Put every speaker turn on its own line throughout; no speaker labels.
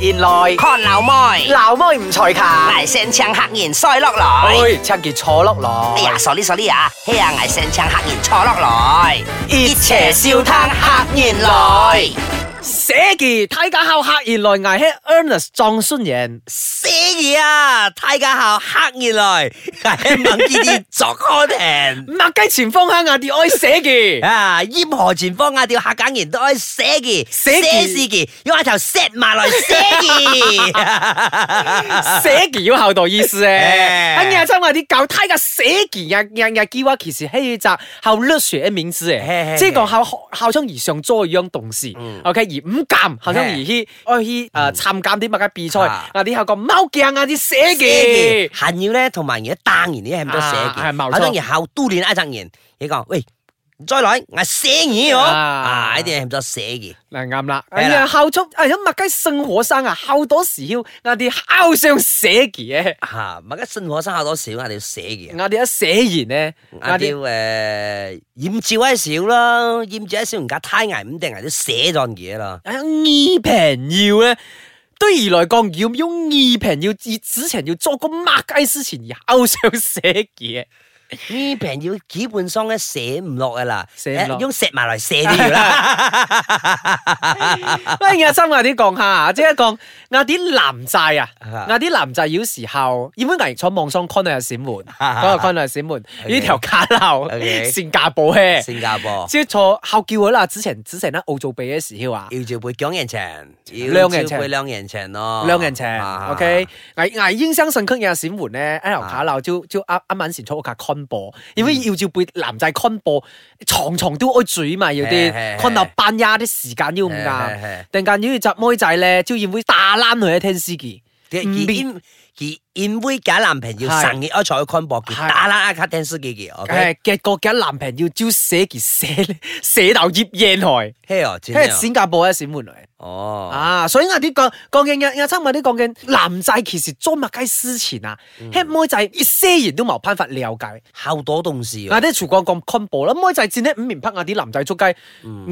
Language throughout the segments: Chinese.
原來
看老妹，
鬧妹唔才卡，
危聲槍黑然衰落來。
哎，趁住坐落落
哎，呀，sorry à, sorry à, 啊，嘿呀，危聲槍黑然錯落來，
熱邪笑
灘黑然來，
寫字睇家後客原來捱起 Ernest 撞孫人，
死嘢啊！太家校黑而來，係猛啲 啲作開庭。
麥雞前方下牙啲愛寫 字，
啊！煙河前方啊，條客梗然都可以寫嘅，
寫嘅
寫字嘅，要喺頭 set 埋來寫 嘅。
寫字要後代意思誒。
哎
哎呀，真係啲教睇家寫字呀呀呀，叫我其實係集後略學嘅名字
嘿
誒，
嘿
即係講後後生而上做樣動事，OK 而唔鑑後生而去愛去誒參加啲乜嘅比賽，
啊
啊啲後講貓鏡啊啲寫
寫
字
嘅，。閒要咧，同埋而家當然啲係咁多寫
啊係
嘅，
冇錯
好多人後都練一陣人，你講喂，再來我寫嘢哦，
啊
啊，呢啲係咁多寫嘅。
嗱啱啦，哎
係啦
呀，校足，哎呀，麥雞生火生啊，校多時要我哋烤上寫嘅，
吓，咪一信我生考多少，我哋要寫嘅。
我哋一寫完咧，我
我哋
哋
要诶，驗照一少啦，驗照一少，人家胎癌唔定係都寫咗嘢啦。
哎呀二平要咧，對而來講要要二平要之之前要做個麥雞之前而烤上寫 嘅，
呢病要基本上咧寫唔落噶啦，
寫唔落
用石埋嚟寫啲要啦。
哎呀，真我哋講下，即係講我啲男仔啊，
啊
我啲男仔有時候，因為危坐網上看到有閃門，嗰個看到有閃門，呢條卡流
啊 OK
線架步嘅。
新加坡
即係坐後叫佢啦，之前之前咧澳洲比嘅時候啊，
要照背兩人情，
兩人情
背兩人情咯，
兩人情
啊
，OK，危危英生信區嘅閃門咧，一頭卡鬧招招啱啱晚前坐架 con 波，因為要照背男仔 con 波，床床都愛煮嘛，要啲
係係係
con 到班呀啲時間要唔
係
啱，
係
突然間要集妹仔咧，招宴會打攬佢一聽司機，
係
唔
而
變
因而因為假男朋友
係
成日愛坐去看博嘅，
係
打啦卡聽司機嘅，OK，
誒嘅個嘅男朋友招寫件寫寫到葉煙台，
嘿哦，
即
真
係
係哦
新加坡嘅閃門嚟。
哦，
啊，所以我啲講講嘅日日親我啲講嘅男仔其實做乜雞思前啊，吃妹仔一些人都冇辦法了解。
好多東西哦
我。啲廚講講 combo 啦，妹仔戰呢五面拍我啲男仔捉雞，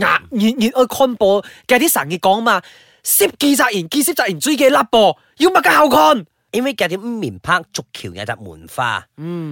壓熱熱去 combo 嘅啲神嘅講嘛，涉技責言，技涉責言追嘅甩噃，要乜嘅後看？
因為嗰啲五面拍逐橋有隻門花，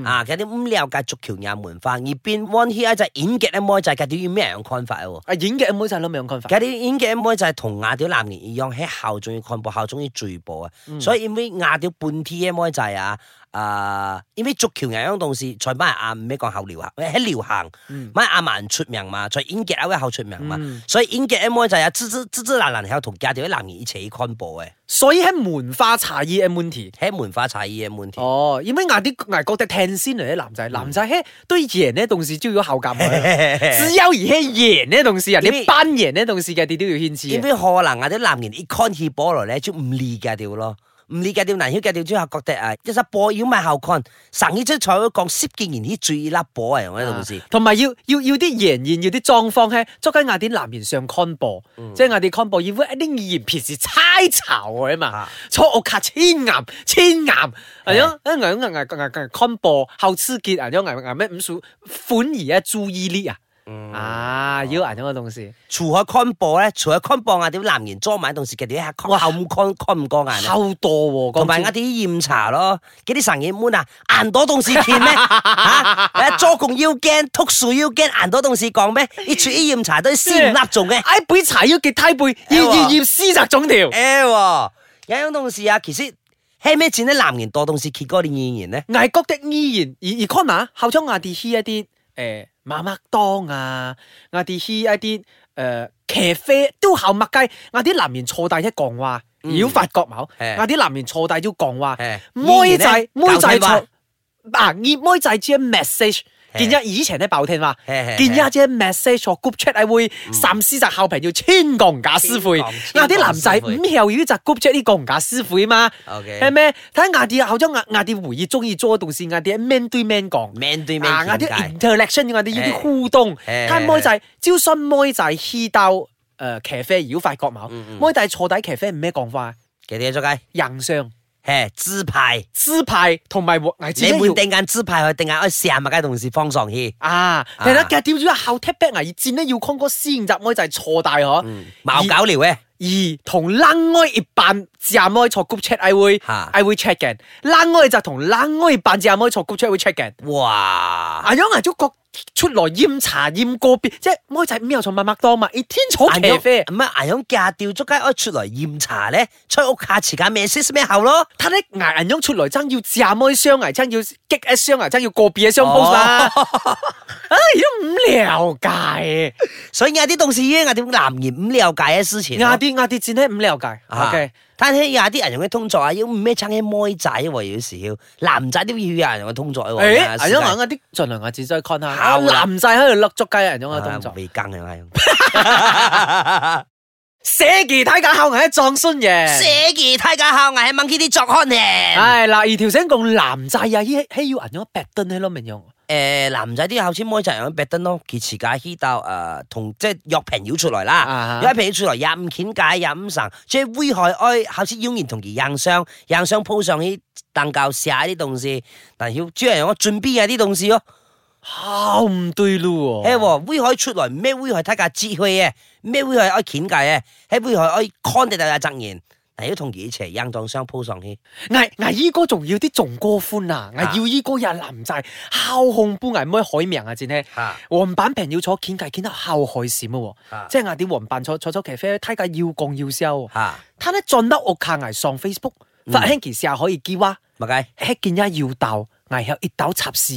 啊，嗰啲五了解逐橋有門花，而變 one here 就演劇咧，妹就嗰啲要咩樣看法喎？
啊，演嘅妹仔都未咁看法。
嗰啲演嘅妹就係同亞屌男人一樣，喺校中要看播，校中要聚步啊，所以因為亞屌半 T 嘅妹就係啊。啊！因為足球人樣東西，在班阿唔咩講後流行，喺流行，咪阿蠻出名嘛，在演劇阿位後出名嘛，所以演劇嘅妹就係啊，支支支支難難喺同亞屌啲男人一齊看播嘅，
所以喺門花茶衣嘅 m o n t y
喺門花茶衣嘅 門。
哦，因為我啲外國嘅聽先嚟啲男仔，男仔嘿對演呢動事就要後夾佢。只有而係贏呢棟事啊，
因
你
為
班贏呢棟事嘅，你都要牽
因
制。
為可能啊啲男人一 con 起波來咧，就唔理解掉咯。唔理解掉，難曉解掉之後，覺得啊，一隻波要咪後 con，神起出彩嗰講，涉見然啲注意粒波啊，我喺度先。
同埋要要要啲贏現，要啲狀況咧，捉緊我啲男人上 combo，即係我啲 combo 要一啲語言平時猜巢佢啊嘛
啊，
錯我卡千岩千岩，係咯，一樣硬硬硬硬 combo 後刺激，係咯硬硬咩五數款而啊注意力啊，啊要硬咗個東西，
除開 con 波咧，除咗 con 波啊啲男人裝埋同時，佢哋下 con 後 con con 唔過眼啊。
後多喎，
同埋一
講真
啲驗查咯，嗰啲神嘢 moon 啊，硬多同事見咩？嚇，誒做共要驚，讀書要驚，硬多同事講咩？你處啲驗查都係先唔笠做嘅。
哎杯茶要結梯背，要
哎
要
喎
要施襲總 條。
诶、喎，哎有樣東西啊，其實係咩錢咧？男人多東西，結果你演員咧，
危覺得依然，而而 Connor 後咗亞啲希一啲誒馬麥當啊，亞啲希一啲誒咖啡都後麥雞，亞啲男人坐大一講話，妖發覺冇，
嗯係
亞啲男人坐大要講話
係，
妹仔
依然
妹
呢
仔
教聽話
坐嗱，熱妹仔只 message。見一以前咧爆聽話，
係係係嗯
見一隻 message 坐 group chat 係會三思集後平要千降假師傅，
千降
嗱
千
啲男仔
降師傅
唔後要集 group chat 呢降假師傅啊嘛，
OK
係咩？睇下亞啲後咗亞亞啲回憶中意做嘅動事，亞啲 man 對 man 講。
man 對
啊！
man
亞
傾
啲
偈，
interaction，亞啲要啲互動，
誒
睇妹仔招信妹仔 he 到呃誒咖啡妖發覺冇，妹仔坐底咖啡唔咩講法，
其實出街，
人上
嘿，支派，
支派同埋哎危
你每定眼支派去哎定眼去成日嘅同事放上去，
啊！
啊
哎但
嗯
係咧，掉咗後踢 back 危戰咧，要 con 哥先集妹仔坐大嗬，
冇搞聊嘅，
而同冷愛一班字阿妹坐 group chat，I 會
嚇
I 會 check 嘅。冷愛就同冷愛扮字阿妹坐 group chat 會 check 嘅。
哇！
阿楊阿祖覺出來飲茶飲個別，即係妹仔咩又坐麥麥當嘛，而天草
阿
咖
勇
啡，
唔係阿勇嫁掉咗街，我哎出嚟驗茶咧，出屋下時間咩先咩後咯。
他的牙人樣出來爭要字阿妹雙牙爭要激 S 雙牙爭要個別嘅雙 pose 啦。啊，都唔了解，
所以有啲同事已經有啲男言唔了解嘅事情咯。
亞啲亞啲戰呢唔了解。
啊
OK，
但係有啲人用嘅通作啊，要咩撐起妹仔喎，有時要男仔都要有人用嘅通作喎。
誒，
啊
阿
師弟
楊眼嗰啲盡量亞字再 con 下，
好啦
男仔喺度甩足雞人樣嘅動
啊
作。
未更 啊，阿勇。
寫字睇架後牙一撞酸嘅。
寫字睇架校藝係 monkey 啲作看嘅。
係嗱，而條繩共男仔啊，依喺要人樣白燈喺咯，明用。
誒男仔啲後先妹仔用 b a d 咯，佢時間起到誒同即係約平要出來
啊
啦，約平要出來廿五件解廿五成，即係危害愛後先要然同佢硬上硬上鋪上去凳教寫啲東西，但要主要用我準備啊啲東西咯。
好唔對路
诶，
喎。
威海出來咩威海睇架智慧嘅，咩威海愛見界嘅，喺威海愛 con 定大責言，但要同佢一齊硬撞相鋪上去。
危危依哥仲要啲仲歌歡啊！危
啊
要依哥日男仔烤控杯危妹海名啊，戰呢。
吓
黃板平要坐見界見得烤海閃啊
啊
喎，即係嗌啲黃板坐坐坐騎啡睇架要降要銷。
吓，
他呢盡得我靠危上 Facebook，
嗯
發興奇試下可以叫啊，
咪計
吃見一要鬥，危有一鬥插事。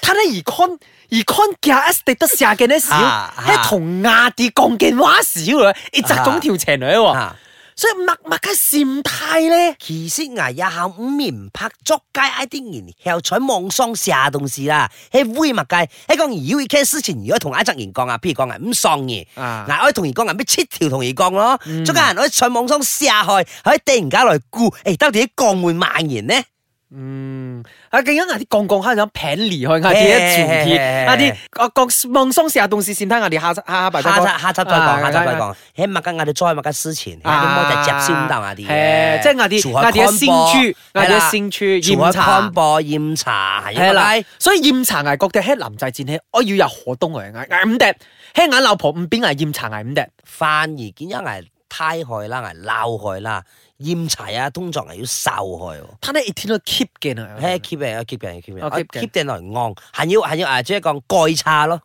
他呢而 con 而 con 架一地得下嘅呢少，
啊啊
係同亞啲講嘅話少啦，而集中條情女喎，
吓，
所以默默嘅閃態咧。
其實牙也下五面拍足街一啲人，後彩望喪下東西啦。喺威物界，喺講如果嘅事情，如果同阿澤言講啊，譬如講啊唔喪嘅，
啊
嗱我同人講啊，咩七條同人講咯，中間人可以上網上下去，可以突然間來估，誒到底啲降會蔓延呢？
嗯，啊，更加嗌啲降降下想平離開，嗌啲一轉
嘿嘿
貼，
嘿
嗌啲啊降望松試下動視線睇，嗌啲下下下排
下集下集再講，下集再講。喺麥吉亞啲災麥吉斯前，喺啲摩就接先得亞啲
係
嘢。
即係嗌啲嗌啲先豬，嗌啲先豬
驗
驗
查、
查
看。播、驗查，
係
係
啦
咪？，
所以驗查危覺得喺林寨戰起，我要入河東嚟嗌嗌五滴，喺眼老婆五邊嗌驗查危五滴，
反而見一係胎害啦，係鬧害啦，驗查啊，動作係要受害喎。
他呢一天都 keep 嘅呢。
係 keep 人，keep 人，keep 人
哦，keep 嘅
，keep 人來昂，係要係要啊，即係講蓋查咯，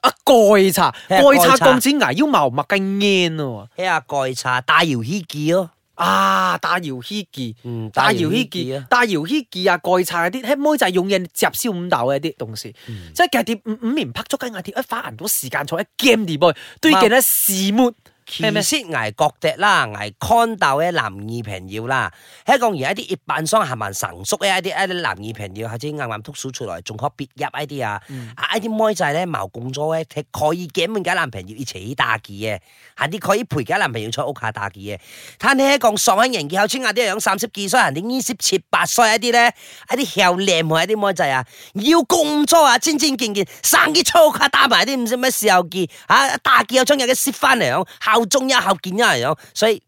啊蓋查
係
蓋查
蓋查
降子危要謀麥根煙喎，
係啊蓋查大搖希記咯，
啊打搖希記。
嗯，
大搖
希
希
記
記、大搖希記啊、蓋柴嗰啲，喺妹仔用嘢接燒五豆嘅啲同事，即係其實啲五五年拍足雞眼貼，一花人到時間坐一 game 啲 boy，對鏡咧試末
其
咩咩
實挨角笛啦，挨 con 豆咧男二平要啦，香港而家啲葉扮桑行埋神叔咧，一啲一啲男二平要，或者啱啱突數出來，仲可別入一啲啊，啊一啲妹仔咧矛共咗咧，踢可以嘅咁解男朋友一齊打機嘅，行啲可以陪嘅男朋友出屋下打機嘅，但係咧講上緊人嘅後先嗌啲樣三十幾歲，人哋二十七八歲一啲咧，一啲又靚嘅一啲妹仔啊，要共咗啊，尖尖健健，生啲粗卡打埋啲唔知乜時候見，啊打機又將人嘅蝕翻嚟樣，後中一後見一嚟樣，啊所以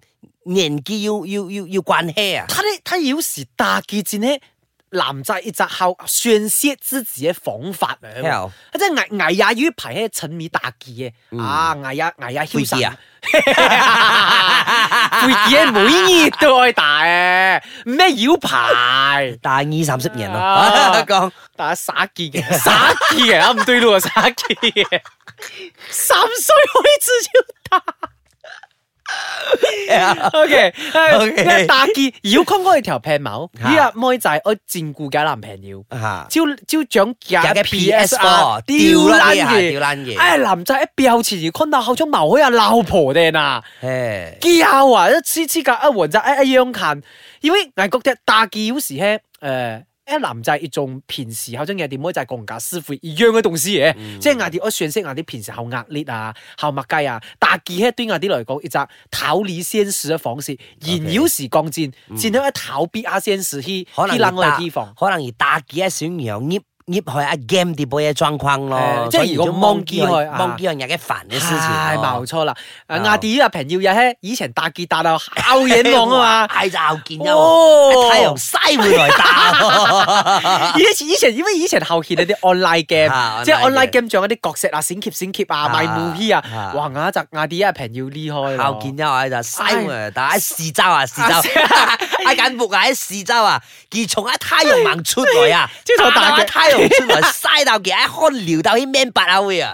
年紀要要要要慣氣啊！
他咧，他有時打機戰咧，男仔一隻後宣泄自己嘅方法嚟
聽
喎。
後
即係危危也於排喺沉迷打機嘅，啊危也危也囂神
會議啊，
會議嘅每年都去打嘅，咩妖牌。
大二三十年 咯，
啊
講
大家耍機嘅， 耍機嘅，啊唔對路啊，耍機嘅，三歲開始要打。O 哎 K
OK
哎打機要看我條平毛，
嚇
呢日妹仔我照顧嘅男朋友，
嚇，
招招獎
有
嘅
嘅 PS
R
Four 掉啦嘢係掉
嘢，
啦嘢，
哎男仔一表前而看到口中毛可以老婆的呐。
誒
叫啊，一次次架一混就一一樣近，因為外國嘅打機有時咧，誒、呃。一男仔要做平時口中嘅點妹就係講價師傅一樣嘅東西嘅，
嗯
即係嗌啲我上識嗌啲平時後壓力啊、後麥雞啊、打機咧對嗌啲嚟講，一隻逃離現實嘅方式，燃妖時降戰，戰到一逃避下現實去
嗯可能
去
要
冷我
打
嘅地方。
可能而打機一小樣，業捏去阿 game 啲杯嘢裝框咯
誒，即係如果
望
mon 機去啊
望機去日嘅煩嘅事情
係冇
咯，
錯啦。誒
哦
亞迪啊，平要嘢嘿，以前打結打到烤嘢網啊嘛。
係就後見啫喎，
哦，
哎太陽西 會來打，
以前以前因為以前後期嗰啲 online
啊
game，即係
online
online game 仲有啲角色啊、閃劫閃劫啊、
啊
賣 movie 啊
啊，
哇！亞集亞迪啊，平要呢開咯
後見啫我就西會來打，喺市州啊市州， 喺柬埔寨喺市州啊，自從阿太陽猛出 來啊，
朝頭打嘅
阿太陽出來 嘥到嘅，一看聊到啲 man 八啊 會啊。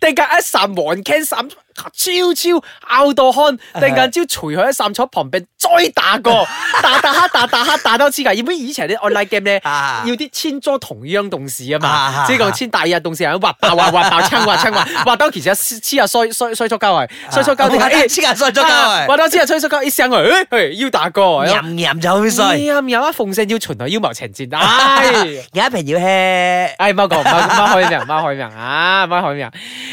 突然間一散黃 can 散超超拗到看，突然間朝除佢一散坐旁邊再打過，打打下打打下打到黐㗎。因為以前啲 online game 咧，
啊
要啲千桌同樣動事啊嘛，
啊
即係講千大日動事係咁滑爆滑滑爆撐滑撐滑，滑到其實黐下衰衰衰咗膠去，衰咗膠
啊
點解？
黐下衰咗膠
啊
去
滑到黐下衰咗膠，一聲佢，誒要打過。哎
吟吟就好衰。
啱啱啊！奉聖要傳來妖謀情哎戰，唉。
有一瓶要吃，
哎，猫 讲猫猫开名，猫开名啊，猫开名。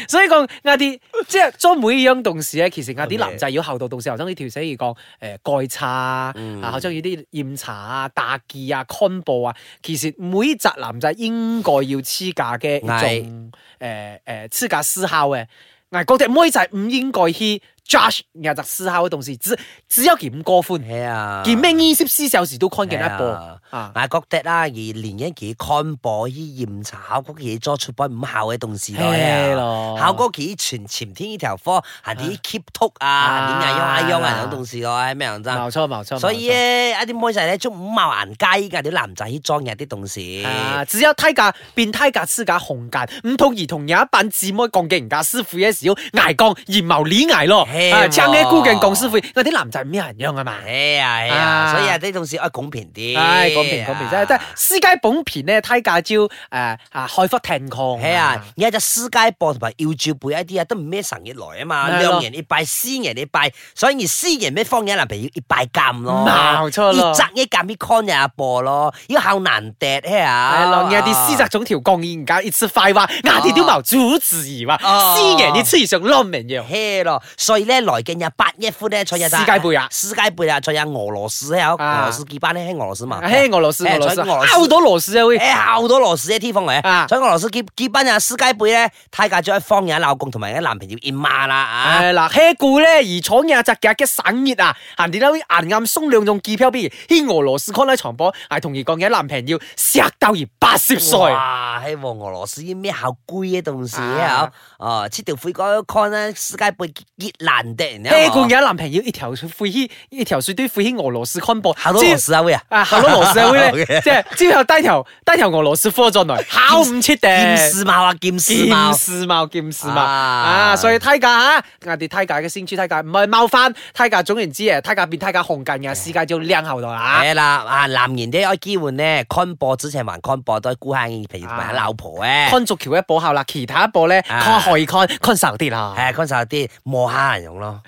所以讲啱啲，即係做每樣動事咧，其實啱啲男仔要後到動事，後生呢條寫要講誒蓋茶啊，
嗯
後生要啲驗茶啊、打機啊、combo 啊，其實每集男仔應該要黐架嘅一種誒誒黐架思考嘅。嗱，嗰隻妹仔唔應該去 judge 人哋思考嘅動事，只只有佢唔過歡，
係啊，
佢咩意思思有時都 con 緊一波
啊
啊。
我覺得啦，而連一期看播依驗查嗰嘢做出品唔效嘅動事
係
來
咯
啊，考嗰期全潛天呢條科，行啲 keep 톡
啊
啊，點樣樣啊樣啊，有動事來咩樣真。
冇錯冇錯，
所
冇
以
錯
咧，一啲妹仔咧，中五毛銀雞㗎，啲男仔裝入啲動事，
啊！只有梯架變梯架，私架紅間，唔同兒童有一班姊妹講嘅人家師傅嘅時候挨降而謀理挨咯，
嘿
啊，
喎
撐嘅姑勁講師傅，嗰啲男仔咩人樣啊嘛？
哎呀
啊
哎呀，所以啊啲動事愛公平啲，
唉，講片講片真係，但係私家捧片咧，梯架招誒啊開腹聽抗，
系啊，而家就私家播同埋要照背一啲啊，都唔咩神日來啊嘛，
係咯
量人一拜，私人一拜，所以私人咩方言人譬如一拜監咯，
冇錯咯
一摘一鑑啲 con 又一播咯，要靠難笛嘿啊，
係咯，有啲私宅總條降而家一次快話，牙啲都冇主持話，
哦
私人啲黐上攞名樣。
嘿咯，啊所以咧來近日八一夫咧，在日
私家背啊
私家背啊，在日俄羅斯有
啊
俄羅斯結班咧，喺俄羅斯嘛，
嘿，俄羅斯，
嘿
俄羅斯，
在俄羅斯哎
拗到羅斯啊會
誒，考到羅氏嘅 T 方嚟
啊
啊！所以俄羅斯結結班啊，私家背咧，太嫁咗一方人鬧共同埋啲男朋友要罵啦啊！
係啦，嘿故咧，而闖廿隻嘅嘅省熱啊，行電樓硬暗鬆兩種機票，比如牽俄羅斯康拉床波，係同而講嘅男朋友石鬥而八涉稅。
哇！喺和俄羅斯啲咩校龜嘅同事
啊
啊，哦，切條悔改 con 咧，世界盃熱難敵人
嘿
啊！
故嘅男朋友一條水灰牽，一條水堆灰牽俄羅斯康波，
考到羅斯啊會啊，
啊，考到羅斯會咧，
Okay
即係之後低頭低頭俄羅斯科 進來，考唔切
劍
定。
士貓啊，劍士
劍
貓，
呃士貌，劍士貌
啊
啊！所以梯價嚇，我哋梯價嘅先知梯價，唔係貓翻梯價。總言之，誒梯價變梯價紅緊嘅，世界就靚後度啦。
係啦，啊，男人啲愛機換咧，con 播之前還 con 播都係孤下嘅皮同
啊
埋老婆咧，
看足橋一步後啦，其他一步咧
啊
看可以看看少
哎
啲啦。
係啊，con 手啲摸下人用咯。